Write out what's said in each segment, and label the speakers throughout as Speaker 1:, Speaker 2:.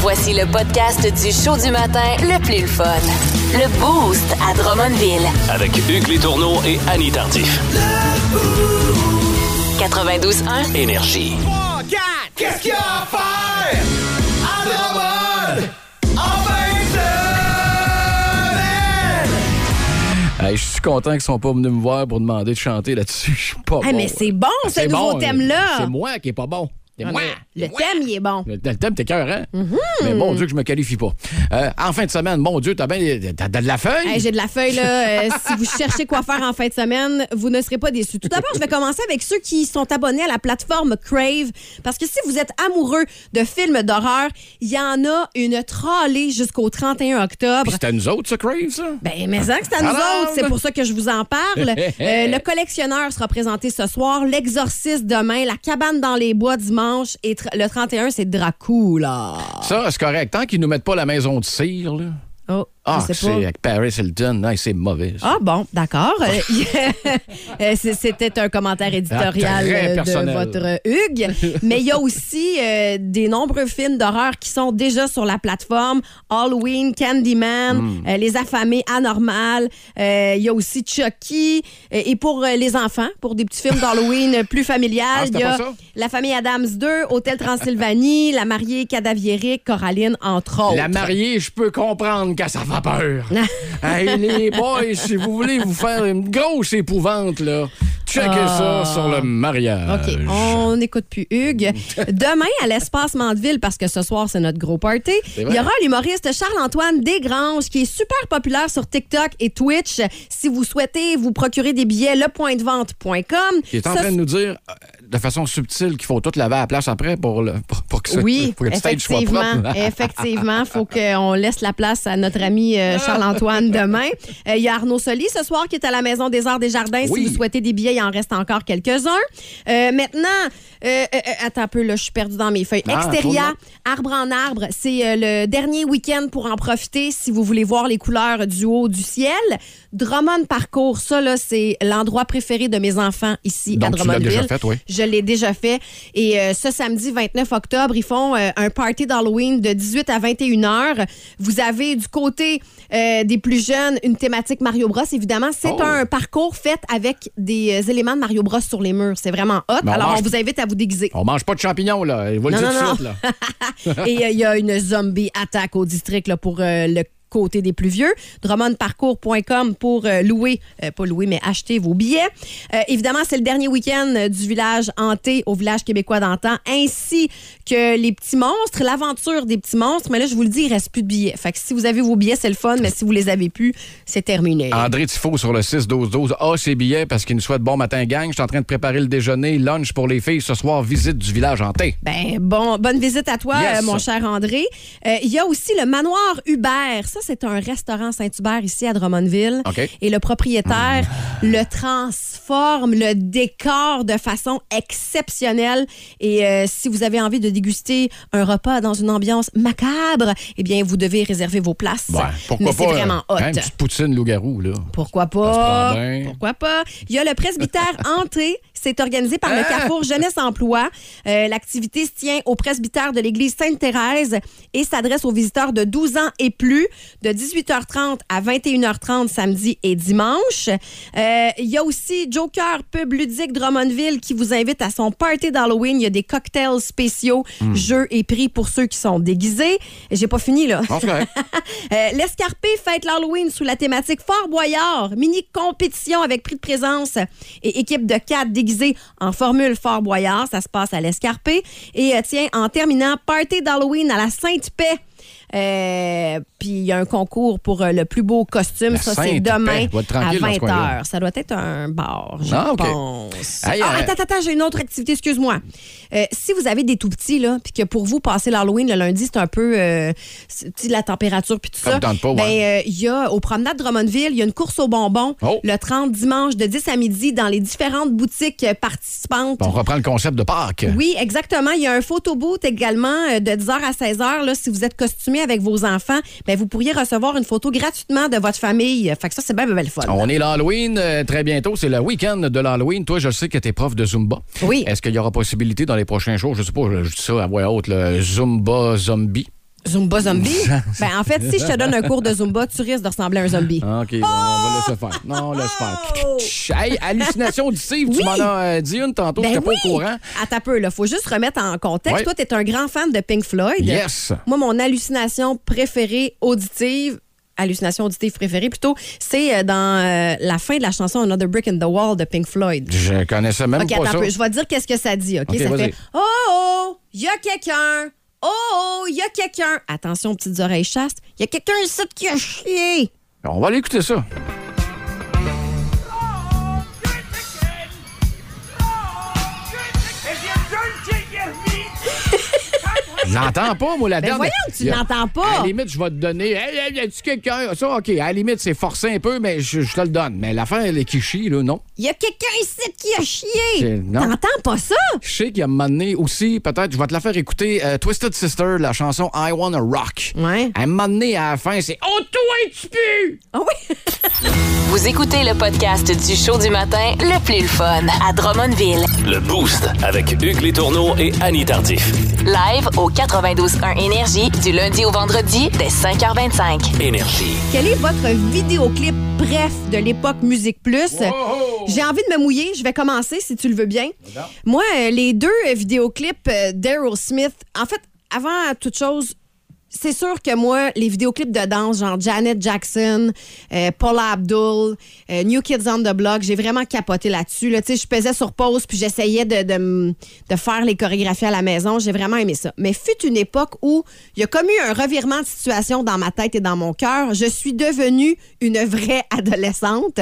Speaker 1: Voici le podcast du show du matin le plus le fun. Le Boost à Drummondville.
Speaker 2: Avec Hugues Létourneau et Annie Tardif.
Speaker 1: 92.1.
Speaker 2: Énergie.
Speaker 3: Qu'est-ce qu'il y a à faire à Drummond en fin de semaine?
Speaker 4: Hey, je suis content qu'ils sont pas venus me voir pour demander de chanter là-dessus. Je suis pas
Speaker 5: Ah,
Speaker 4: bon.
Speaker 5: mais c'est bon, ce
Speaker 4: C'est
Speaker 5: nouveau
Speaker 4: bon,
Speaker 5: thème-là.
Speaker 4: C'est moi qui est pas bon. C'est
Speaker 5: Ah,
Speaker 4: moi.
Speaker 5: mais Le Mhm. thème, il est bon.
Speaker 4: Le, le thème, t'es cœur, hein? Mais mon Dieu, que je me qualifie pas. Euh, en fin de semaine, mon Dieu, t'as bien t'as- t'as de la feuille?
Speaker 5: Hey, J'ai de la feuille, là. Euh, si vous cherchez quoi faire en fin de semaine, vous ne serez pas déçus. Tout d'abord, je vais commencer avec ceux qui sont abonnés à la plateforme Crave. Parce que si vous êtes amoureux de films d'horreur, il y en a une trollée jusqu'au
Speaker 4: Puis
Speaker 5: 31 octobre.
Speaker 4: c'était nous autres, ça, Crave, ça?
Speaker 5: Ben, mais ça que c'est à nous
Speaker 4: Alors?
Speaker 5: autres, c'est pour ça que je vous en parle. Euh, le collectionneur sera présenté ce soir, l'exorciste demain, la cabane dans les bois dimanche et tr- le 31, c'est Dracula.
Speaker 4: Ça, c'est correct. Tant qu'ils nous mettent pas la maison de cire, là.
Speaker 5: Oh,
Speaker 4: Ah,
Speaker 5: je sais
Speaker 4: c'est
Speaker 5: pas.
Speaker 4: avec Paris Hilton. Non, c'est mauvais. ça.
Speaker 5: Ah bon, d'accord. Euh, euh, c'est- C'était un commentaire éditorial
Speaker 4: Ah, très
Speaker 5: euh, de
Speaker 4: personnel.
Speaker 5: votre Hugues. Mais il y a aussi euh, des nombreux films d'horreur qui sont déjà sur la plateforme. Halloween, Candyman,
Speaker 4: Hmm.
Speaker 5: euh, Les Affamés, Anormal. Euh, Il y a aussi Chucky. Euh, et pour euh, les enfants, pour des petits films d'Halloween euh, plus
Speaker 4: Ah,
Speaker 5: familiales, il
Speaker 4: c'était
Speaker 5: y
Speaker 4: pas
Speaker 5: a
Speaker 4: ça?
Speaker 5: La Famille Adams 2, Hôtel Transylvanie, La Mariée Cadavierique, Coraline, entre autres.
Speaker 4: La mariée, je peux comprendre qu'elle ça va peur. hey, les boys, si vous voulez vous faire une grosse épouvante, là, checkez ça
Speaker 5: Ah.
Speaker 4: sur le mariage.
Speaker 5: OK, on n'écoute plus Hugues. Demain, à l'espace Mandeville, parce que ce soir, c'est notre gros party,
Speaker 4: C'est
Speaker 5: il
Speaker 4: vrai.
Speaker 5: y aura l'humoriste Charles-Antoine Desgranges, qui est super populaire sur TikTok et Twitch. Si vous souhaitez vous procurer des billets, lepointdevente.com.
Speaker 4: Qui est en
Speaker 5: Ce-
Speaker 4: train de nous dire euh, de façon subtile qu'il faut tout laver à la place après pour, le, pour, pour que, ça-
Speaker 5: Oui,
Speaker 4: pour que le stage soit
Speaker 5: effectivement.
Speaker 4: propre.
Speaker 5: effectivement, il faut qu'on laisse la place à notre ami euh, Charles-Antoine demain. Euh, Il y a Arnaud Soli ce soir qui est à la Maison des Arts des Jardins.
Speaker 4: Oui.
Speaker 5: Si vous souhaitez des billets, il en reste encore quelques-uns. Euh, maintenant, euh, euh, euh, attends un peu, là, je suis perdue dans mes feuilles.
Speaker 4: Ah,
Speaker 5: Extérieur, arbre en arbre, c'est euh, le dernier week-end pour en profiter si vous voulez voir les couleurs du haut du ciel. Drummond Parcours, ça, là, c'est l'endroit préféré de mes enfants ici à
Speaker 4: Donc, tu l'as
Speaker 5: Drummondville.
Speaker 4: déjà fait, oui.
Speaker 5: Je l'ai déjà fait. Et euh, ce samedi 29 octobre, ils font euh, un party d'Halloween de 18 à 21 heures. Vous avez du côté euh, des plus jeunes une thématique Mario Bros. Évidemment, c'est
Speaker 4: Oh.
Speaker 5: un parcours fait avec des euh, éléments de Mario Bros sur les murs. C'est vraiment hot.
Speaker 4: Mais Ben, on
Speaker 5: Alors,
Speaker 4: mange-
Speaker 5: on vous invite à vous déguiser.
Speaker 4: On mange pas de champignons, là. Il va le
Speaker 5: Non,
Speaker 4: dire
Speaker 5: non,
Speaker 4: tout de
Speaker 5: non.
Speaker 4: suite, là.
Speaker 5: Et euh, il y a une zombie attaque au district là, pour euh, le côté des plus vieux. DrummondParcours.com pour euh, louer, euh, pas louer, mais acheter vos billets. Euh, évidemment, c'est le dernier week-end euh, du village hanté au village québécois d'antan, ainsi que les petits monstres, l'aventure des petits monstres. Mais là, je vous le dis, il reste plus de billets. Fait que si vous avez vos billets, c'est le fun, mais si vous les avez plus, c'est terminé.
Speaker 4: André Tifo sur le 6-12-12 a ses billets Ah, parce qu'il nous souhaite bon matin, gang. Je suis en train de préparer le déjeuner, lunch pour les filles. Ce soir, visite du village hanté.
Speaker 5: Ben, bon, bonne visite à toi,
Speaker 4: Yes.
Speaker 5: euh, mon cher André. Euh, Il y a aussi le manoir Hubert. Ça, c'est un restaurant Saint-Hubert ici à Drummondville.
Speaker 4: OK. Hmm.
Speaker 5: Et le propriétaire le transforme, le décore de façon exceptionnelle. Et euh, si vous avez envie de déguster un repas dans une ambiance macabre, eh bien, vous devez réserver vos places.
Speaker 4: Ouais, pourquoi
Speaker 5: Mais
Speaker 4: pas?
Speaker 5: c'est vraiment hot.
Speaker 4: hein, une petite poutine loup-garou, là.
Speaker 5: Pourquoi
Speaker 4: Ça se
Speaker 5: pas?
Speaker 4: prend bien.
Speaker 5: Pourquoi pas? Il y a le presbytère hanté. C'est organisé par le Carrefour Jeunesse Emploi. Euh, L'activité se tient au presbytère de l'église Sainte-Thérèse et s'adresse aux visiteurs de 12 ans et plus de 18h30 à 21h30 samedi et dimanche. Euh, il y a aussi Joker Pub Ludique Drummondville qui vous invite à son party d'Halloween. Il y a des cocktails spéciaux, jeux et prix pour ceux qui sont déguisés. J'ai pas fini, là.
Speaker 4: Non, c'est correct.
Speaker 5: Euh, L'escarpé fête l'Halloween sous la thématique Fort Boyard. Mini compétition avec prix de présence et équipe de quatre déguisée en formule Fort Boyard. Ça se passe à l'Escarpé. Et euh, tiens, en terminant, party d'Halloween à la Sainte-Paix. Euh, Puis il y a un concours pour euh, le plus beau costume.
Speaker 4: La
Speaker 5: ça, c'est
Speaker 4: Sainte-Paix.
Speaker 5: demain
Speaker 4: Doit être
Speaker 5: à
Speaker 4: tranquille dans ce
Speaker 5: 20
Speaker 4: coin-là.
Speaker 5: heures. Ça doit être un bar, je
Speaker 4: Ah, OK.
Speaker 5: pense.
Speaker 4: Hey,
Speaker 5: Ah,
Speaker 4: euh,
Speaker 5: attends, attends, j'ai une autre activité, excuse-moi. Euh, si vous avez des tout petits, là, puis que pour vous, passer l'Halloween le lundi, c'est un peu euh, c'est- tu sais, la température, puis tout
Speaker 4: Ça vous
Speaker 5: ça.
Speaker 4: tente pas, ouais.
Speaker 5: ben, euh, il y a, au promenade Drummondville, il y a une course aux bonbons
Speaker 4: Oh.
Speaker 5: le 30 dimanche de 10 à midi dans les différentes boutiques euh, participantes.
Speaker 4: On reprend le concept de Pâques.
Speaker 5: Oui, exactement. Il y a un photoboot également euh, de 10h à 16h. Là, si vous êtes costumé avec vos enfants, ben, vous pourriez recevoir une photo gratuitement de votre famille. Fait que ça, c'est bien, bien, bien le fun.
Speaker 4: On est l'Halloween euh, très bientôt. C'est le week-end de l'Halloween. Toi, je sais que tu es prof de Zumba.
Speaker 5: Oui.
Speaker 4: Est-ce qu'il y aura possibilité dans les prochains jours, je sais pas, je dis ça à voix haute, le Zumba Zombie?
Speaker 5: Zumba zombie? ben, en fait, si je te donne un cours de Zumba, tu risques de ressembler à un zombie.
Speaker 4: OK, bon, on va laisser faire. Non, laisse
Speaker 5: Oh!
Speaker 4: faire. Hey, hallucination auditive, tu
Speaker 5: Oui.
Speaker 4: m'en as euh, dit une tantôt,
Speaker 5: Ben
Speaker 4: j'étais
Speaker 5: oui.
Speaker 4: pas au courant.
Speaker 5: Attends un peu, là. Faut juste remettre en contexte.
Speaker 4: Ouais.
Speaker 5: Toi, t'es un grand fan de Pink Floyd.
Speaker 4: Yes.
Speaker 5: Moi, mon hallucination préférée auditive, hallucination auditive préférée plutôt, c'est euh, dans euh, la fin de la chanson Another Brick in the Wall de Pink Floyd.
Speaker 4: Je connaissais même
Speaker 5: OK,
Speaker 4: pas
Speaker 5: attends
Speaker 4: ça.
Speaker 5: un peu. Je vais te dire qu'est-ce que ça dit, OK?
Speaker 4: OK,
Speaker 5: ça
Speaker 4: vas-y.
Speaker 5: fait Oh, oh, il y a quelqu'un. Oh, oh, il y a quelqu'un. Attention, petites oreilles chastes. Il y a quelqu'un ici qui a chié.
Speaker 4: On va aller écouter ça. Je l'entends pas, moi, la
Speaker 5: Ben
Speaker 4: dernière.
Speaker 5: voyons, tu
Speaker 4: Il y a-
Speaker 5: l'entends pas.
Speaker 4: À la limite, je vais te donner. Hey, hey, y a-tu quelqu'un? Ça, OK. À la limite, c'est forcé un peu, mais je, je te le donne. Mais l'affaire, elle est qui chie, là, non.
Speaker 5: Il y a quelqu'un ici qui a
Speaker 4: C'est-
Speaker 5: chié.
Speaker 4: non.
Speaker 5: T'entends pas ça?
Speaker 4: Je sais qu'il y a un moment donné aussi, peut-être, je vais te la faire écouter, euh, Twisted Sister, la chanson I Wanna Rock.
Speaker 5: Ouais.
Speaker 4: À un moment donné, à la fin, c'est Oh, toi, tu pues!
Speaker 5: Ah oui.
Speaker 1: Vous écoutez le podcast du show du matin le plus le fun à Drummondville.
Speaker 2: Le Boost avec Hugues Létourneau et Annie Tardif.
Speaker 1: Live au 92.1 Énergie du lundi au vendredi dès 5h25.
Speaker 2: Énergie.
Speaker 5: Quel est votre vidéoclip bref de l'époque Musique Plus? J'ai envie de me mouiller. Je vais commencer si tu le veux bien. Moi, euh, les deux euh, vidéoclips euh, d'Errol Smith, en fait, avant toute chose, c'est sûr que moi, les vidéoclips de danse, genre Janet Jackson, euh, Paula Abdul, euh, New Kids on the Block, j'ai vraiment capoté là-dessus. Là. Tu sais, Je pesais sur pause puis j'essayais de, de, m- de faire les chorégraphies à la maison. J'ai vraiment aimé ça. Mais fut une époque où il y a comme eu un revirement de situation dans ma tête et dans mon cœur. Je suis devenue une vraie adolescente.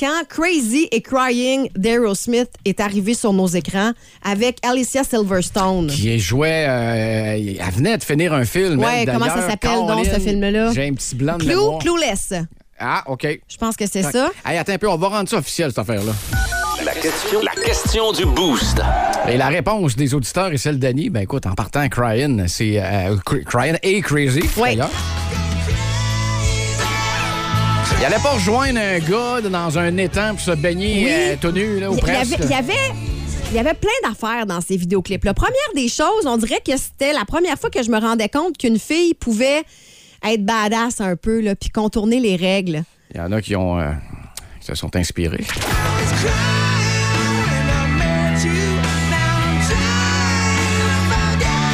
Speaker 5: Quand Crazy et Crying d'Aerosmith est arrivé sur nos écrans avec Alicia Silverstone.
Speaker 4: Qui jouait. euh, elle venait de finir un film.
Speaker 5: Ouais,
Speaker 4: elle,
Speaker 5: comment
Speaker 4: d'ailleurs.
Speaker 5: ça s'appelle, donc, ce
Speaker 4: Colin,
Speaker 5: film-là?
Speaker 4: J'ai un petit blanc de
Speaker 5: Clou,
Speaker 4: mémoire.
Speaker 5: Clueless.
Speaker 4: Ah, OK.
Speaker 5: Je pense que c'est ça.
Speaker 4: Hey, attends un peu, on va rendre ça officiel, cette affaire-là.
Speaker 2: La question, la question du Boost.
Speaker 4: Et la réponse des auditeurs et celle d'Annie, ben écoute, en partant, Crying, c'est euh, Cr- Crying et Crazy.
Speaker 5: Oui.
Speaker 4: d'ailleurs. Il allait pas rejoindre un gars dans un étang pour se baigner
Speaker 5: Oui.
Speaker 4: euh, tout nu, là, ou
Speaker 5: Il y
Speaker 4: presque.
Speaker 5: avait, il y avait, il y avait plein d'affaires dans ces vidéoclips. La première des choses, on dirait que c'était la première fois que je me rendais compte qu'une fille pouvait être badass un peu, là, puis contourner les règles.
Speaker 4: Il y en a qui ont. euh, qui se sont inspirés.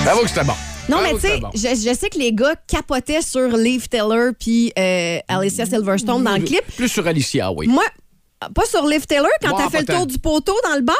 Speaker 4: Bravo que c'était bon.
Speaker 5: Non,
Speaker 4: Bravo
Speaker 5: mais
Speaker 4: que
Speaker 5: tu sais,
Speaker 4: c'était Ah, bon.
Speaker 5: je, je sais que les gars capotaient sur Liv Taylor puis euh, Alicia Silverstone dans le clip. Mm.
Speaker 4: Plus sur Alicia, oui.
Speaker 5: Moi, pas sur Liv Taylor quand
Speaker 4: Ouais,
Speaker 5: t'as fait le
Speaker 4: pas
Speaker 5: tour
Speaker 4: tant.
Speaker 5: du poteau dans le bar.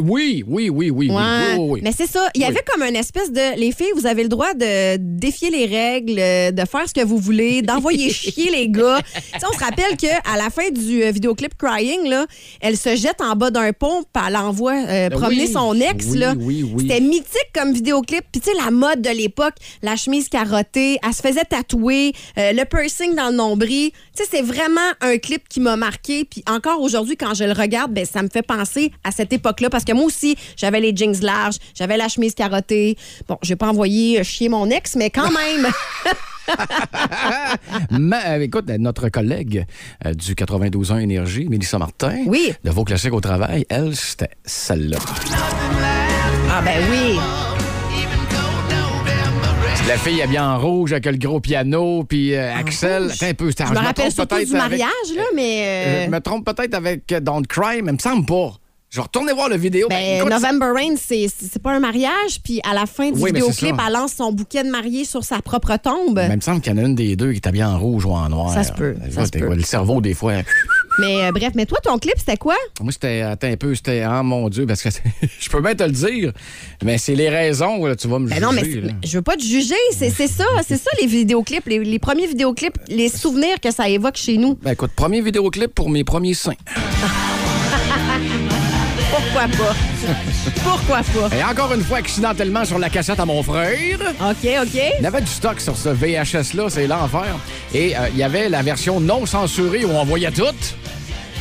Speaker 4: Oui, oui, oui, oui, oui, oui,
Speaker 5: Ouais.
Speaker 4: oui, oui.
Speaker 5: Mais c'est ça. Il y
Speaker 4: Oui.
Speaker 5: avait comme une espèce de. Les filles, vous avez le droit de défier les règles, euh, de faire ce que vous voulez, d'envoyer chier les gars. Tu sais, on se rappelle qu'à la fin du euh, vidéoclip Crying, là, elle se jette en bas d'un pont, puis elle envoie euh,
Speaker 4: Ben
Speaker 5: promener
Speaker 4: oui.
Speaker 5: son ex.
Speaker 4: Oui,
Speaker 5: là.
Speaker 4: oui, oui.
Speaker 5: C'était mythique comme vidéoclip. Puis, tu sais, la mode de l'époque, la chemise carottée, elle se faisait tatouer, euh, le piercing dans le nombril. Tu sais, c'est vraiment un clip qui m'a marqué. Puis encore aujourd'hui, quand je le regarde, ben, ça me fait penser à cette époque-là. Parce que moi aussi, j'avais les jeans larges, j'avais la chemise carottée. Bon, je vais pas envoyé euh, chier mon ex, mais quand même.
Speaker 4: Ma- euh, écoute, euh, notre collègue euh, du 92 ans Énergie, Mélissa Martin,
Speaker 5: Oui.
Speaker 4: de Vaux Classiques au travail, elle, c'était celle-là.
Speaker 5: ah, ben oui.
Speaker 4: La fille habillée en rouge avec le gros piano, puis euh, Axel.
Speaker 5: rouge.
Speaker 4: Attends un peu, c'était-
Speaker 5: Je me rappelle
Speaker 4: trompe
Speaker 5: surtout du
Speaker 4: peut-être avec-
Speaker 5: mariage, là, mais.
Speaker 4: Je
Speaker 5: euh,
Speaker 4: me trompe peut-être avec euh, Don't Cry, mais il me semble pas. Je vais retourner voir le vidéo.
Speaker 5: Ben,
Speaker 4: écoute,
Speaker 5: November Rain, c'est c'est pas un mariage, puis à la fin du
Speaker 4: Oui, mais
Speaker 5: vidéoclip,
Speaker 4: c'est ça. Ben,
Speaker 5: elle lance son bouquet de mariée sur sa propre tombe.
Speaker 4: mais il me semble qu'il y en a une des deux qui est habillée en rouge ou en noir. Euh,
Speaker 5: Ça se peut,
Speaker 4: Écoute,
Speaker 5: ça se peut.
Speaker 4: Le cerveau, des fois.
Speaker 5: Mais euh, bref, mais toi, ton clip, c'était quoi?
Speaker 4: Moi, c'était. Attends un peu, c'était. Ah, mon Dieu, parce que je peux bien te le dire, mais c'est les raisons, là, tu vas me
Speaker 5: Ben
Speaker 4: juger.
Speaker 5: non, mais
Speaker 4: là.
Speaker 5: c'est- je veux pas te juger. C'est c'est ça, c'est ça les vidéoclips, les, les premiers vidéoclips, les souvenirs que ça évoque chez nous.
Speaker 4: Ben, écoute, premier vidéoclip pour mes premiers seins.
Speaker 5: Pourquoi pas? Pourquoi pas?
Speaker 4: Et encore une fois, accidentellement sur la cassette à mon frère.
Speaker 5: OK, OK.
Speaker 4: Il y avait du stock sur ce VHS-là, c'est l'enfer. Et euh, il y avait la version non censurée où on voyait tout.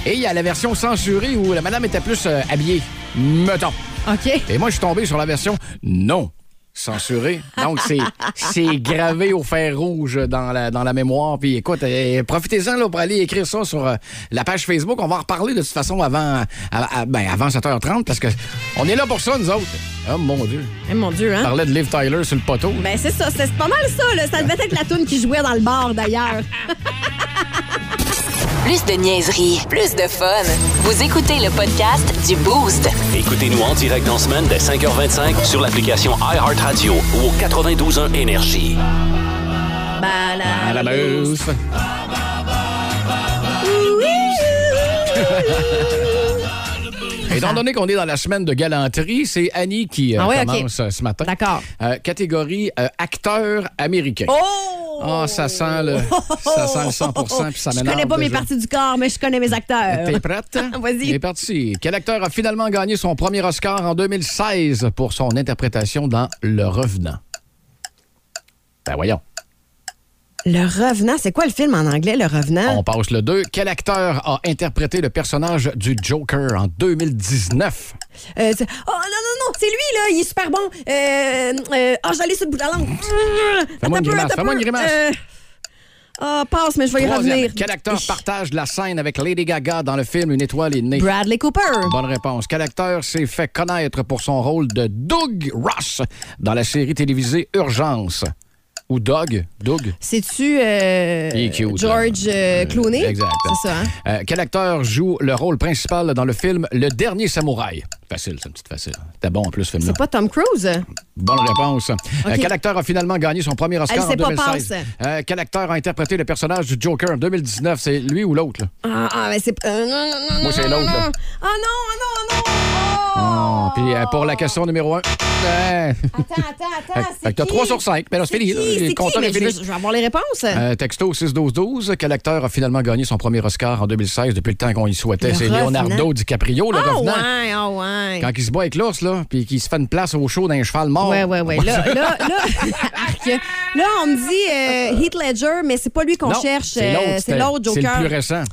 Speaker 4: Et il y a la version censurée où la madame était plus euh, habillée. Mettons.
Speaker 5: OK.
Speaker 4: Et moi, je suis tombé sur la version non censuré. Donc, c'est- c'est gravé au fer rouge dans la, dans la mémoire. Puis écoute, eh, profitez-en là, pour aller écrire ça sur euh, la page Facebook. On va en reparler de toute façon avant, à- à- ben, avant 7h30 parce que on est là pour ça, nous autres. Oh mon Dieu.
Speaker 5: Eh, mon Dieu,
Speaker 4: On
Speaker 5: hein?
Speaker 4: parlait de Liv Tyler sur le poteau.
Speaker 5: Ben, c'est ça. C'est c'est pas mal ça, là. Ça devait être la toune qui jouait dans le bar, d'ailleurs.
Speaker 1: Plus de niaiserie, plus de fun. Vous écoutez le podcast du Boost.
Speaker 2: Écoutez-nous en direct en semaine dès 5h25 sur l'application iHeartRadio ou au 92.1 Énergie.
Speaker 5: Ben,
Speaker 4: À la buse. Étant donné qu'on est dans la semaine de galanterie, c'est Annie qui euh,
Speaker 5: Ah ouais,
Speaker 4: commence euh, ce matin.
Speaker 5: D'accord.
Speaker 4: Euh, catégorie euh, acteur américain.
Speaker 5: Oh!
Speaker 4: Ah, ça sent le- ça sent le 100%, puis ça
Speaker 5: Je
Speaker 4: m'énerve
Speaker 5: connais pas mes
Speaker 4: déjà.
Speaker 5: parties du corps, mais je connais mes acteurs.
Speaker 4: T'es prête?
Speaker 5: Vas-y.
Speaker 4: C'est parti. Quel acteur a finalement gagné son premier Oscar en 2016 pour son interprétation dans Le Revenant? Ben voyons.
Speaker 5: Le Revenant, c'est quoi le film en anglais, Le Revenant?
Speaker 4: On passe le 2. Quel acteur a interprété le personnage du Joker en 2019?
Speaker 5: Euh, c'est- oh non, non, non, c'est lui, là, il est super bon. Euh, euh, oh, j'allais sur le bout de la langue. Attends
Speaker 4: une
Speaker 5: peu,
Speaker 4: grimace,
Speaker 5: attends
Speaker 4: fais-moi une
Speaker 5: peu.
Speaker 4: grimace.
Speaker 5: Euh, Ah, passe, mais je vais y
Speaker 4: Troisième.
Speaker 5: revenir.
Speaker 4: Quel acteur partage la scène avec Lady Gaga dans le film Une étoile est née?
Speaker 5: Bradley Cooper.
Speaker 4: Bonne réponse. Quel acteur s'est fait connaître pour son rôle de Doug Ross dans la série télévisée Urgence? Ou Doug? Doug?
Speaker 5: C'est-tu euh,
Speaker 4: Il est cute,
Speaker 5: George
Speaker 4: là.
Speaker 5: euh, Clooney?
Speaker 4: Exact.
Speaker 5: C'est ça, hein?
Speaker 4: Euh, quel acteur joue le rôle principal dans le film Le Dernier Samouraï? Facile, c'est une petite facile. T'es bon en plus, ce film-là.
Speaker 5: C'est pas Tom Cruise?
Speaker 4: Bonne réponse. Euh, quel acteur a finalement gagné son premier Oscar
Speaker 5: Elle sait
Speaker 4: en
Speaker 5: pas,
Speaker 4: 2016?
Speaker 5: passe.
Speaker 4: Euh, quel acteur a interprété le personnage du Joker en 2019? C'est lui ou l'autre? là?
Speaker 5: Ah, ah, mais c'est. euh, non, non, non,
Speaker 4: Moi, c'est
Speaker 5: non,
Speaker 4: l'autre,
Speaker 5: non.
Speaker 4: là.
Speaker 5: Ah non, non, non! Oh!
Speaker 4: Ah, Puis euh, pour la question numéro un... euh,
Speaker 5: Attends, attends, attends.
Speaker 4: Fait que t'as
Speaker 5: qui?
Speaker 4: 3 sur 5. Mais là, c'est fini.
Speaker 5: qui?
Speaker 4: Le
Speaker 5: C'est qui?
Speaker 4: compteur est
Speaker 5: Mais je,
Speaker 4: fini.
Speaker 5: veux, je veux avoir les réponses.
Speaker 4: Euh, texto 6-12-12, quel acteur a finalement gagné son premier Oscar en 2016 depuis le temps qu'on y souhaitait?
Speaker 5: Le
Speaker 4: C'est
Speaker 5: Revenant.
Speaker 4: Leonardo DiCaprio, le
Speaker 5: Ah
Speaker 4: revenant.
Speaker 5: ouais, ah ouais.
Speaker 4: Quand il se bat avec l'ours, là, puis qu'il se fait une place au chaud d'un cheval mort.
Speaker 5: Ouais, ouais, ouais. Là, là, là, Arc. là, on me dit euh, Heath Ledger, mais c'est pas lui qu'on
Speaker 4: Non,
Speaker 5: cherche.
Speaker 4: C'est
Speaker 5: euh,
Speaker 4: l'autre,
Speaker 5: c'est
Speaker 4: c'était-
Speaker 5: l'autre
Speaker 4: C'est le plus
Speaker 5: Joker.
Speaker 4: récent.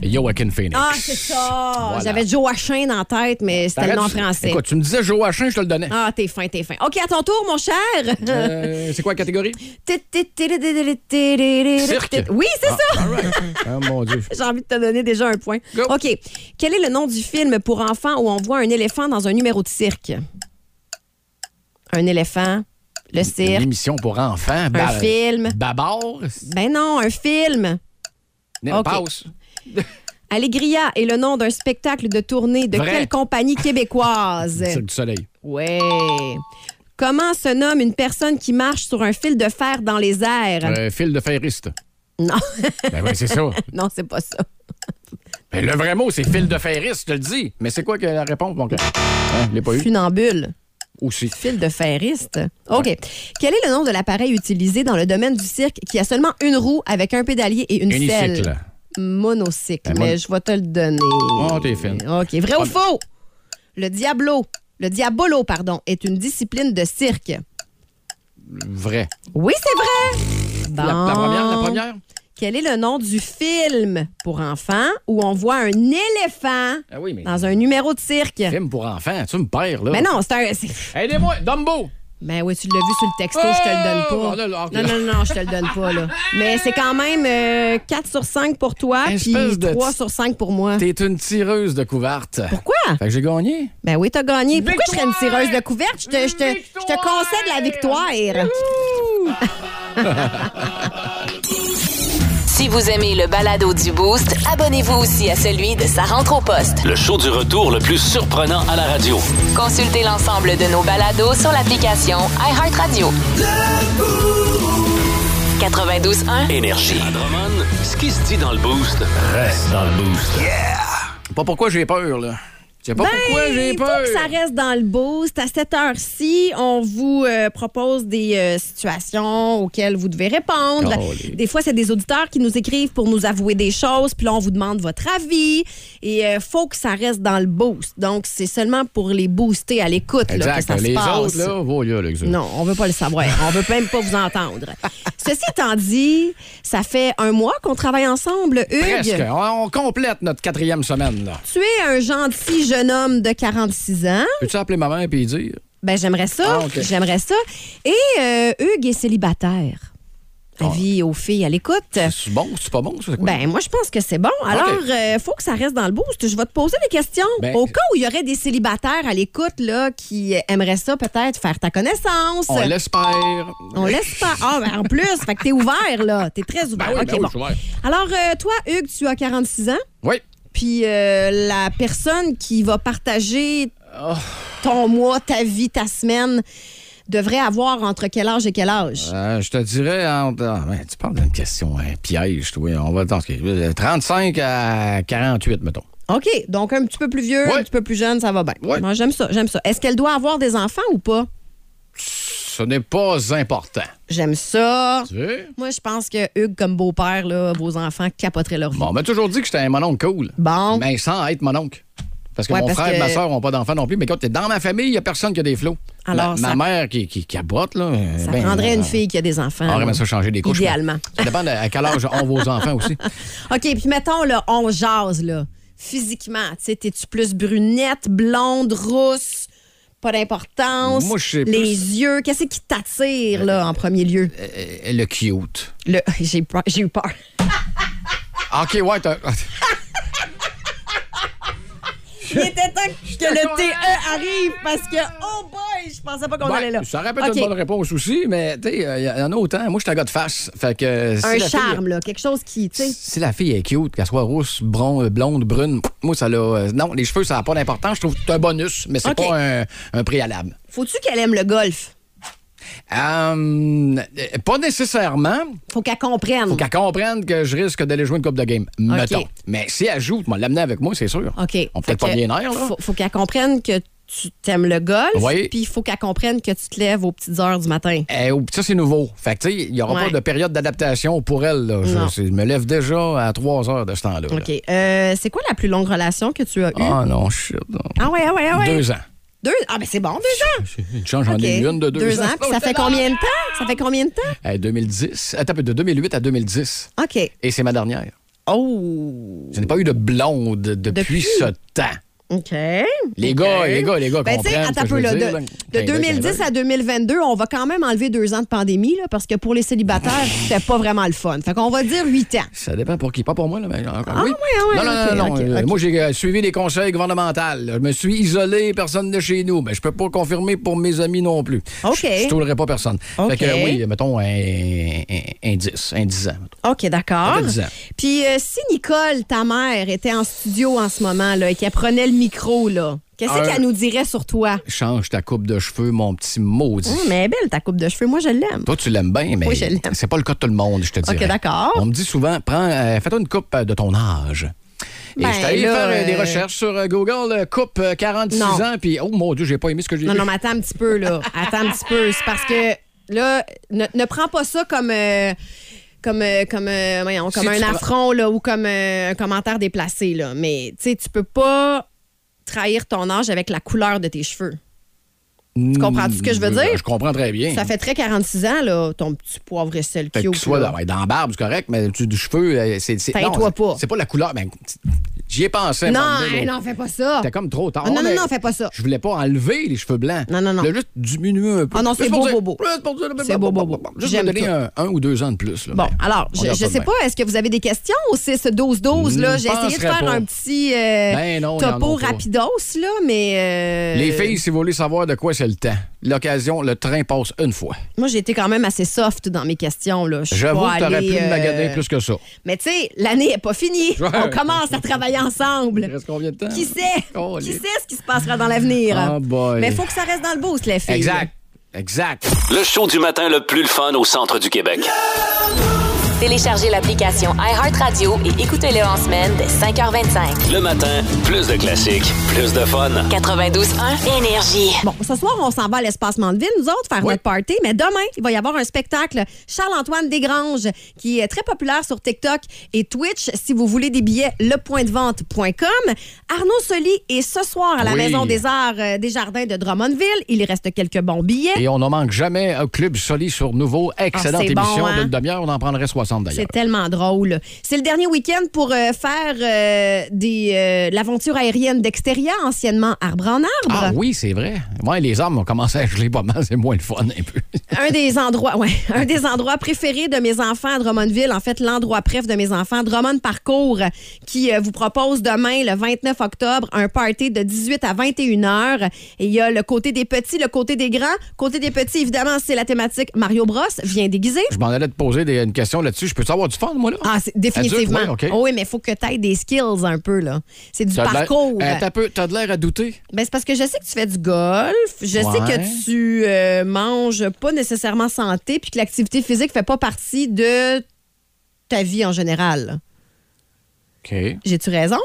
Speaker 4: Joaquin Phoenix.
Speaker 5: Ah, c'est ça.
Speaker 4: Voilà.
Speaker 5: J'avais Joachim en tête, mais c'était le nom
Speaker 4: T'arrêtes-
Speaker 5: français.
Speaker 4: Écoute, tu me disais Joachim, je te le donnais.
Speaker 5: Ah, t'es fin, t'es fin. OK, à ton tour, mon cher.
Speaker 4: Euh, c'est quoi la catégorie? Cirque.
Speaker 5: Oui, c'est ça.
Speaker 4: All right. Ah, mon Dieu.
Speaker 5: J'ai envie de te donner déjà un point.
Speaker 4: Go.
Speaker 5: OK. Quel est le nom du film pour enfants où on voit un éléphant dans un numéro de cirque? Un éléphant, le
Speaker 4: Une
Speaker 5: cirque.
Speaker 4: émission pour enfants. Un
Speaker 5: film.
Speaker 4: Babar.
Speaker 5: Ben non, un film. Ok.
Speaker 4: Passe.
Speaker 5: Allegria est le nom d'un spectacle de tournée de
Speaker 4: Vrai.
Speaker 5: quelle compagnie québécoise?
Speaker 4: Cirque du soleil.
Speaker 5: Ouais. Comment se nomme une personne qui marche sur un fil de fer dans les airs?
Speaker 4: Euh, fil de ferriste.
Speaker 5: Non,
Speaker 4: Ben oui, c'est ça.
Speaker 5: non, c'est pas ça.
Speaker 4: Ben, le vrai mot, c'est fil de ferriste, je te le dis. Mais c'est quoi que la réponse, mon gars? Hein, je l'ai pas eu.
Speaker 5: Funambule.
Speaker 4: Aussi.
Speaker 5: Fil de ferriste. OK. Quel est le nom de l'appareil utilisé dans le domaine du cirque qui a seulement une roue avec un pédalier et une selle?
Speaker 4: Unicycle.
Speaker 5: Monocycle.
Speaker 4: Un mon-
Speaker 5: Mais je vais te le donner.
Speaker 4: Oh, t'es fine.
Speaker 5: OK. Vrai ou faux? Le Diablo. Le Diabolo, pardon, est une discipline de cirque.
Speaker 4: Vrai.
Speaker 5: Oui, c'est vrai!
Speaker 4: La, la
Speaker 5: Bon.
Speaker 4: première, la première?
Speaker 5: Quel est le nom du film pour enfants où on voit un éléphant
Speaker 4: Ah oui, mais.
Speaker 5: dans un numéro de cirque?
Speaker 4: Film pour enfants, tu me perds, là.
Speaker 5: Mais non, c'est un. c'est-
Speaker 4: Aidez-moi, Dumbo!
Speaker 5: Ben oui, tu l'as vu sur le texto, je te
Speaker 4: Oh!
Speaker 5: le
Speaker 4: Ah,
Speaker 5: donne
Speaker 4: là,
Speaker 5: pas.
Speaker 4: là,
Speaker 5: Non, non, non, je te le donne pas, là. Mais c'est quand même euh, 4 sur 5 pour toi, puis
Speaker 4: Espèce de
Speaker 5: 3
Speaker 4: petit-
Speaker 5: sur 5 pour moi.
Speaker 4: T'es une tireuse de couverte.
Speaker 5: Pourquoi?
Speaker 4: Fait que j'ai gagné.
Speaker 5: Ben oui, t'as gagné. Pourquoi je serais une tireuse de couverte? Je te, je te, je te concède la victoire.
Speaker 1: Si vous aimez le balado du Boost, abonnez-vous aussi à celui de sa rentre au poste.
Speaker 2: Le show du retour le plus surprenant à la radio.
Speaker 1: Consultez l'ensemble de nos balados sur l'application iHeartRadio. 92.1,
Speaker 2: Énergie. À Drummond, ce qui se dit dans le boost reste dans le boost.
Speaker 4: Pas pourquoi j'ai peur, là. Je sais pas pourquoi j'ai
Speaker 5: Ben, il faut
Speaker 4: peur.
Speaker 5: que ça reste dans le boost. À cette heure-ci, on vous euh, propose des euh, situations auxquelles vous devez répondre.
Speaker 4: Oh, les-
Speaker 5: Des fois, c'est des auditeurs qui nous écrivent pour nous avouer des choses, puis là, on vous demande votre avis. Et euh, faut que ça reste dans le boost. Donc, c'est seulement pour les booster à l'écoute là, que
Speaker 4: Exact.
Speaker 5: ça se
Speaker 4: Les
Speaker 5: passe.
Speaker 4: autres, là, voilà, là, que ça-
Speaker 5: Non, on veut pas le savoir. On veut même pas vous entendre. Ceci étant dit, ça fait un mois qu'on travaille ensemble, Hugues.
Speaker 4: Presque. On, on complète notre quatrième semaine, là.
Speaker 5: Tu es un gentil jeune homme de 46 ans.
Speaker 4: Peux-tu appeler maman et puis dire?
Speaker 5: Ben, j'aimerais ça.
Speaker 4: Ah, ok.
Speaker 5: J'aimerais ça. Et euh, Hugues est célibataire. Avis aux filles à l'écoute.
Speaker 4: Ah. C'est bon, c'est pas bon, ça? c'est quoi?
Speaker 5: Euh. Ben, moi, je pense que c'est bon. Alors,
Speaker 4: Ok.
Speaker 5: euh, faut que ça reste dans le boost. Je vais te poser des questions.
Speaker 4: Ben-
Speaker 5: Au cas où il y aurait des célibataires à l'écoute, là, qui aimeraient ça peut-être faire ta connaissance.
Speaker 4: On l'espère.
Speaker 5: On laisse pas. Ah, ben, en plus, fait que t'es ouvert, là. T'es très ouvert.
Speaker 4: Ben oui,
Speaker 5: Ok,
Speaker 4: ben oui,
Speaker 5: bon.
Speaker 4: je suis ouvert.
Speaker 5: Alors, euh, toi, Hugues, tu as 46 ans.
Speaker 4: Oui.
Speaker 5: Puis euh, la personne qui va partager ton mois, ta vie, ta semaine devrait avoir entre quel âge et quel âge?
Speaker 4: Euh, je te dirais, entre- ah, ben, tu parles d'une question, un piège, toi. On va dans ce que- euh, 35 à 48, mettons.
Speaker 5: OK, donc un petit peu plus vieux,
Speaker 4: Ouais.
Speaker 5: un petit peu plus jeune, ça va bien.
Speaker 4: Ouais.
Speaker 5: Moi, j'aime ça, j'aime ça. Est-ce qu'elle doit avoir des enfants ou pas?
Speaker 4: Ce n'est pas important.
Speaker 5: J'aime ça.
Speaker 4: Tu veux?
Speaker 5: Moi, je pense que Hugues, comme beau-père, là, vos enfants capoteraient leur vie.
Speaker 4: Bon, Ben, on m'a toujours dit que j'étais un mononcle cool.
Speaker 5: Bon.
Speaker 4: Mais sans être mononcle. Parce que
Speaker 5: Hein? Ouais,
Speaker 4: mon
Speaker 5: parce
Speaker 4: frère et ma
Speaker 5: que-
Speaker 4: soeur n'ont pas d'enfants non plus. Mais quand t'es dans ma famille, il n'y a personne qui a des flots.
Speaker 5: Alors,
Speaker 4: ma,
Speaker 5: ça-
Speaker 4: ma mère qui, qui cabote, là. euh,
Speaker 5: Ça
Speaker 4: ben,
Speaker 5: prendrait
Speaker 4: euh,
Speaker 5: une fille qui a des enfants.
Speaker 4: On aurait
Speaker 5: là.
Speaker 4: aimé ça changer des couches. mais
Speaker 5: Idéalement.
Speaker 4: Ça dépend de- à quel âge ont vos enfants aussi.
Speaker 5: OK, puis mettons, là, on jase, là, physiquement. Tu sais, t'es-tu plus brunette, blonde, rousse? Pas d'importance.
Speaker 4: Moi, je sais
Speaker 5: Les
Speaker 4: plus-
Speaker 5: yeux, qu'est-ce qui t'attire, là, en premier lieu?
Speaker 4: Euh, le cute.
Speaker 5: Le... J'ai peur- j'ai eu peur.
Speaker 4: OK, ouais, t'as-
Speaker 5: Il était temps que le TE arrive parce que, oh boy, je pensais pas qu'on allait là.
Speaker 4: Ouais, Ben, Ça aurait peut-être
Speaker 5: OK.
Speaker 4: une bonne réponse aussi, mais tu sais, il y en a autant. Moi, je suis un gars de face. Fait que, euh, si
Speaker 5: Un
Speaker 4: la
Speaker 5: charme,
Speaker 4: fille-
Speaker 5: là, quelque chose qui, tu sais.
Speaker 4: si la fille est cute, qu'elle soit rousse, bron, euh, blonde, brune, moi, ça l'a. euh, non, les cheveux, ça n'a pas d'importance. Je trouve que c'est un bonus, mais c'est
Speaker 5: OK.
Speaker 4: pas un, un préalable.
Speaker 5: Faut-tu qu'elle aime le golf?
Speaker 4: Euh, euh, pas nécessairement.
Speaker 5: Faut qu'elle comprenne.
Speaker 4: Faut qu'elle comprenne que je risque d'aller jouer une coupe de game. Mettons. Mais si elle joue, tu m'as l'amener avec moi, c'est sûr.
Speaker 5: OK.
Speaker 4: On peut
Speaker 5: Fait
Speaker 4: peut-être pas
Speaker 5: que
Speaker 4: bien nerf, là.
Speaker 5: Faut, faut qu'elle comprenne que tu t'aimes le golf.
Speaker 4: Oui.
Speaker 5: Puis il faut qu'elle comprenne que tu te lèves aux petites heures du matin.
Speaker 4: Eh, oh, pis ça, c'est nouveau. Fait que, tu sais, il n'y aura
Speaker 5: Ouais.
Speaker 4: pas de période d'adaptation pour elle. Là. Je,
Speaker 5: Non.
Speaker 4: c'est- je me lève déjà à 3 heures de ce temps-là. là.
Speaker 5: OK. Euh, c'est quoi la plus longue relation que tu as eue?
Speaker 4: Ah non, shit. non.
Speaker 5: Ah ouais, ah ouais, ah ouais.
Speaker 4: Deux ans.
Speaker 5: Deux- Ah ben c'est bon, deux ans.
Speaker 4: Une chance, j'en ai
Speaker 5: OK.
Speaker 4: une de deux, Oh,
Speaker 5: ans. Puis ça fait combien de temps? Ça fait combien de temps?
Speaker 4: Eh, 2010. Attends, un peu, de 2008 à 2010.
Speaker 5: OK.
Speaker 4: Et c'est ma dernière.
Speaker 5: Oh.
Speaker 4: Je n'ai pas eu de blonde depuis,
Speaker 5: Depuis?
Speaker 4: ce temps.
Speaker 5: OK.
Speaker 4: Les
Speaker 5: OK.
Speaker 4: gars, les gars, les gars,
Speaker 5: Ben, tu sais,
Speaker 4: comprennent ce
Speaker 5: attends un
Speaker 4: que
Speaker 5: peu,
Speaker 4: je
Speaker 5: là,
Speaker 4: veux
Speaker 5: de,
Speaker 4: dire, là.
Speaker 5: de
Speaker 4: Clin d'œil, clin
Speaker 5: 2010
Speaker 4: d'œil.
Speaker 5: à 2022, on va quand même enlever deux ans de pandémie, là, parce que pour les
Speaker 4: Ah.
Speaker 5: célibataires, c'était pas vraiment le fun. Fait qu'on va dire huit ans.
Speaker 4: Ça dépend pour qui. Pas pour moi, là, mais encore.
Speaker 5: Ah,
Speaker 4: oui.
Speaker 5: ouais, ah ouais,
Speaker 4: non, non,
Speaker 5: ok,
Speaker 4: non, non.
Speaker 5: ok,
Speaker 4: Euh,
Speaker 5: ok.
Speaker 4: Moi, j'ai euh, suivi les conseils gouvernementaux. là. Je me suis isolé, personne de chez nous. Mais je peux pas confirmer pour mes amis non plus.
Speaker 5: Ok.
Speaker 4: Je ne toulerai pas personne.
Speaker 5: Ok.
Speaker 4: Fait que euh, oui, mettons un, un, un 10, un 10 ans. mettons.
Speaker 5: OK,
Speaker 4: Ça
Speaker 5: d'accord.
Speaker 4: fait 10 ans.
Speaker 5: Puis euh, si Nicole, ta mère, était en studio en ce moment là, et qu'elle prenait le micro, là, qu'est-ce
Speaker 4: Un-
Speaker 5: qu'elle nous dirait sur toi?
Speaker 4: Change ta coupe de cheveux, mon petit maudit.
Speaker 5: Hum, mais elle est belle ta coupe de cheveux, moi je l'aime.
Speaker 4: Toi, tu l'aimes bien, mais
Speaker 5: Oui, je l'aime.
Speaker 4: c'est pas le cas de tout le monde, je te dis.
Speaker 5: Ok, d'accord.
Speaker 4: On me dit souvent, prends, euh, fais-toi une coupe euh, de ton âge. Et
Speaker 5: Ben,
Speaker 4: je suis allé
Speaker 5: là,
Speaker 4: faire euh, des
Speaker 5: euh,
Speaker 4: recherches sur euh, Google, euh, coupe euh, 46
Speaker 5: Non.
Speaker 4: ans, puis oh mon Dieu, j'ai pas aimé ce que j'ai
Speaker 5: Non,
Speaker 4: vu.
Speaker 5: non, mais attends un petit peu, là. Attends un petit peu. C'est parce que, là, ne, ne prends pas ça comme. euh, comme, euh, comme, euh, voyons, comme
Speaker 4: Si tu
Speaker 5: un
Speaker 4: prends-
Speaker 5: affront là, ou comme euh, un commentaire déplacé. Là. Mais tu sais, tu peux pas trahir ton âge avec la couleur de tes cheveux.
Speaker 4: Tu
Speaker 5: comprends-tu ce que je veux dire?
Speaker 4: Mm, Je comprends très bien.
Speaker 5: Ça fait très 46 ans, là, ton petit poivre et sel
Speaker 4: Fait que
Speaker 5: cute.
Speaker 4: tu sois
Speaker 5: là.
Speaker 4: dans, ouais, dans la barbe, c'est correct, mais tu, du cheveu, euh, c'est. c'est-
Speaker 5: Teins-toi
Speaker 4: non,
Speaker 5: pas.
Speaker 4: C'est pas la couleur, mais j'y ai pensé. à un moment
Speaker 5: Non,
Speaker 4: donné,
Speaker 5: hey,
Speaker 4: là.
Speaker 5: non, fais pas ça.
Speaker 4: C'était comme trop tard.
Speaker 5: Ah, non,
Speaker 4: mais
Speaker 5: non, non, fais pas ça.
Speaker 4: Je voulais pas enlever les cheveux blancs.
Speaker 5: Non, non, non.
Speaker 4: Je voulais juste diminuer un peu.
Speaker 5: Ah non, c'est
Speaker 4: Juste pour
Speaker 5: beau,
Speaker 4: dire-
Speaker 5: beau, beau.
Speaker 4: juste pour dire-
Speaker 5: C'est beau, beau, beau.
Speaker 4: Juste me
Speaker 5: J'aime
Speaker 4: donner
Speaker 5: tout.
Speaker 4: un, un ou deux ans de plus. là,
Speaker 5: Bon,
Speaker 4: mais
Speaker 5: alors,
Speaker 4: Ben, on
Speaker 5: je,
Speaker 4: regarde
Speaker 5: je
Speaker 4: ça
Speaker 5: sais
Speaker 4: demain.
Speaker 5: pas, est-ce que vous avez des questions au 6-12-12? là?
Speaker 4: Hmm,
Speaker 5: J'ai essayé de
Speaker 4: penserais
Speaker 5: faire
Speaker 4: pas.
Speaker 5: un petit euh,
Speaker 4: Ben non, ils en
Speaker 5: topo
Speaker 4: ont pas.
Speaker 5: rapidos, là, mais... euh,
Speaker 4: Les filles, si vous voulez savoir de quoi c'est le temps, l'occasion, le train passe une fois.
Speaker 5: Moi, j'ai été quand même assez soft dans mes questions. Là. Je suis
Speaker 4: J'avoue
Speaker 5: pas
Speaker 4: que t'aurais
Speaker 5: allée,
Speaker 4: pu me
Speaker 5: euh,
Speaker 4: maganer plus que ça.
Speaker 5: Mais tu sais, l'année est pas finie.
Speaker 4: Ouais.
Speaker 5: On commence à travailler ensemble.
Speaker 4: Il reste combien de temps?
Speaker 5: Qui sait?
Speaker 4: Oh,
Speaker 5: Qui
Speaker 4: les-
Speaker 5: sait ce qui se passera dans l'avenir?
Speaker 4: Ah, boy.
Speaker 5: Mais il faut que ça reste dans le boost, les filles.
Speaker 4: Exact. Exact.
Speaker 2: Le show du matin le plus le fun au centre du Québec.
Speaker 1: Téléchargez l'application iHeartRadio et écoutez-le en semaine dès 5h25.
Speaker 2: Le matin, plus de classiques, plus de fun.
Speaker 1: 92.1 Énergie.
Speaker 5: Bon, ce soir, on s'en va à l'espace Mandeville, nous autres, faire
Speaker 4: Oui.
Speaker 5: notre party. Mais demain, il va y avoir un spectacle Charles-Antoine Desgranges, qui est très populaire sur TikTok et Twitch. Si vous voulez des billets, lepointdevente.com. Arnaud Soli est ce soir à la
Speaker 4: Oui.
Speaker 5: Maison des Arts euh, des Jardins de Drummondville. Il reste quelques bons billets.
Speaker 4: Et on ne manque jamais un Club Soli sur Nouveau. Excellente
Speaker 5: Ah, c'est bon,
Speaker 4: émission
Speaker 5: hein?
Speaker 4: d'une demi-heure, on en prendrait 60. 60 d'ailleurs.
Speaker 5: C'est tellement drôle. C'est le dernier week-end pour euh, faire euh, des, euh, de l'aventure aérienne d'extérieur, anciennement arbre en arbre.
Speaker 4: Ah oui, c'est vrai. Ouais, les armes ont commencé à geler pas mal, c'est moins le fun un peu.
Speaker 5: un des endroits, ouais, un des endroits préférés de mes enfants à Drummondville, en fait l'endroit préf de mes enfants, Drummond Parcours, qui euh, vous propose demain le 29 octobre un party de 18 à 21 heures. Et il y a le côté des petits, le côté des grands. Côté des petits, évidemment, c'est la thématique Mario Bros. Viens déguisé.
Speaker 4: Je m'en allais te poser des- une question là-dessus. Je peux avoir du fun, moi, là?
Speaker 5: Ah, c'est-
Speaker 4: Adulte,
Speaker 5: définitivement.
Speaker 4: ouais, OK.
Speaker 5: Oh oui, mais il faut que tu aies des skills un peu, là. C'est du
Speaker 4: T'as de l'air-
Speaker 5: parcours.
Speaker 4: Euh, t'as peu- T'as de l'air à douter?
Speaker 5: Ben, c'est parce que je sais que tu fais du golf, je sais
Speaker 4: Ouais.
Speaker 5: que tu euh, manges pas nécessairement santé, puis que l'activité physique fait pas partie de ta vie en général.
Speaker 4: OK.
Speaker 5: J'ai-tu raison?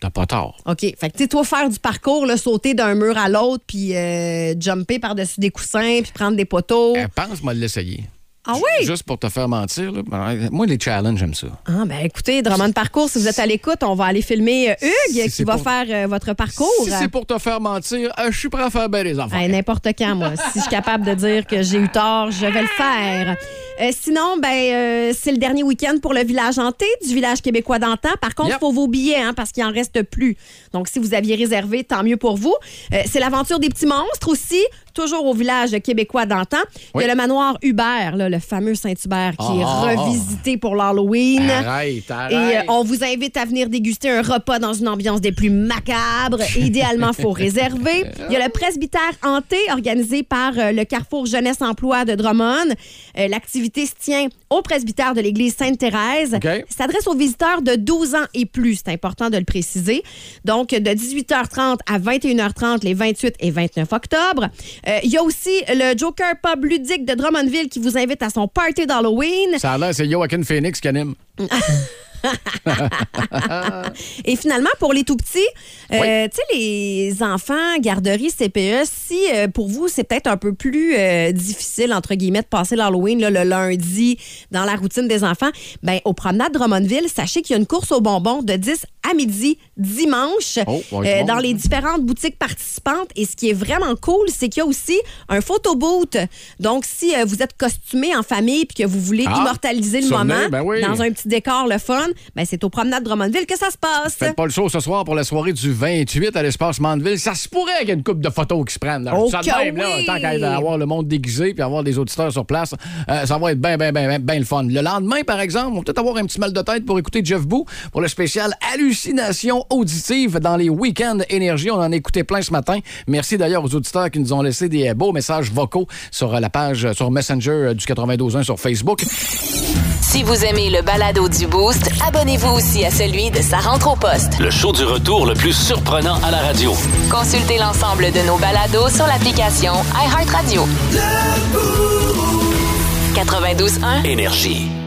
Speaker 4: T'as pas tort.
Speaker 5: OK. Fait que, tu sais, toi, faire du parcours, là, sauter d'un mur à l'autre, puis euh, jumper par-dessus des coussins, puis prendre des poteaux.
Speaker 4: Euh, pense, moi, de l'essayer.
Speaker 5: Oh. ah oui?
Speaker 4: Juste pour te faire mentir, là, ben, moi, les challenges, j'aime ça.
Speaker 5: Ah, ben écoutez, Drummond Parcours, si vous êtes à l'écoute, on va aller filmer euh, Hugues
Speaker 4: Si
Speaker 5: qui
Speaker 4: c'est
Speaker 5: va
Speaker 4: pour-
Speaker 5: faire euh, votre parcours.
Speaker 4: Si c'est pour te faire mentir, euh, je suis prêt à faire bien les enfants.
Speaker 5: Hey, N'importe quand, moi. si je suis capable de dire que j'ai eu tort, je vais le faire. Euh, sinon, ben, euh, c'est le dernier week-end pour le village hanté du village québécois d'antan. Par contre, il
Speaker 4: Yep.
Speaker 5: faut vos billets hein, parce qu'il en reste plus. Donc, si vous aviez réservé, tant mieux pour vous. Euh, c'est l'aventure des petits monstres aussi, toujours au village québécois d'antan. Il y
Speaker 4: Oui.
Speaker 5: a le manoir Hubert, là, le fameux Saint-Hubert, qui est
Speaker 4: Ah.
Speaker 5: revisité pour l'Halloween.
Speaker 4: Arrête,
Speaker 5: Et euh,
Speaker 4: arrête.
Speaker 5: on vous invite à venir déguster un repas dans une ambiance des plus macabres. Idéalement, faut réserver. Il y a le presbytère hanté organisé par euh, le Carrefour Jeunesse Emploi de Drummond. Euh, L'activité se tient au presbytère de l'église Sainte-Thérèse.
Speaker 4: OK.
Speaker 5: Ça s'adresse aux visiteurs de 12 ans et plus. C'est important de le préciser. Donc, de 18h30 à 21h30 les 28 et 29 octobre. Euh, Il y a aussi le Joker Pub ludique de Drummondville qui vous invite à son party d'Halloween.
Speaker 4: Ça a l'air, c'est Joaquin Phoenix qui anime.
Speaker 5: Et finalement, pour les tout petits, euh, tu sais, les enfants, garderies, CPE, si euh, pour vous, c'est peut-être un peu plus euh, difficile, entre guillemets, de passer l'Halloween là, le lundi dans la routine des enfants, ben, aux promenades Drummondville, sachez qu'il y a une course aux bonbons de 10 à midi dimanche euh,
Speaker 4: Oh, ouais,
Speaker 5: dans
Speaker 4: bon.
Speaker 5: les différentes boutiques participantes. Et ce qui est vraiment cool, c'est qu'il y a aussi un photoboot. Donc, si euh, vous êtes costumé en famille puis que vous voulez
Speaker 4: Ah,
Speaker 5: immortaliser le
Speaker 4: survenir,
Speaker 5: moment
Speaker 4: ben oui.
Speaker 5: dans un petit décor, le fun, ben, c'est aux promenades Drummondville que ça se passe.
Speaker 4: Faites pas le show ce soir pour la soirée du 28 à l'espace Mandeville. Ça se pourrait qu'il y ait une coupe de photos qui se prennent. Là.
Speaker 5: Oh
Speaker 4: ça de
Speaker 5: que
Speaker 4: même, là,
Speaker 5: oui!
Speaker 4: tant qu'à avoir le monde déguisé puis avoir des auditeurs sur place, euh, ça va être bien, bien, bien, bien le fun. Le lendemain, par exemple, on va peut-être avoir un petit mal de tête pour écouter Jeff Boo pour le spécial Hallucination auditive dans les week-ends énergie. On en a écouté plein ce matin. Merci d'ailleurs aux auditeurs qui nous ont laissé des euh, beaux messages vocaux sur euh, la page, euh, sur Messenger euh, du 92.1 sur Facebook.
Speaker 1: Si vous aimez le balado du Boost, abonnez-vous aussi à celui de Sa rentre au poste.
Speaker 2: Le show du retour le plus surprenant à la radio.
Speaker 1: Consultez l'ensemble de nos balados sur l'application iHeartRadio. 92.1.
Speaker 2: Énergie.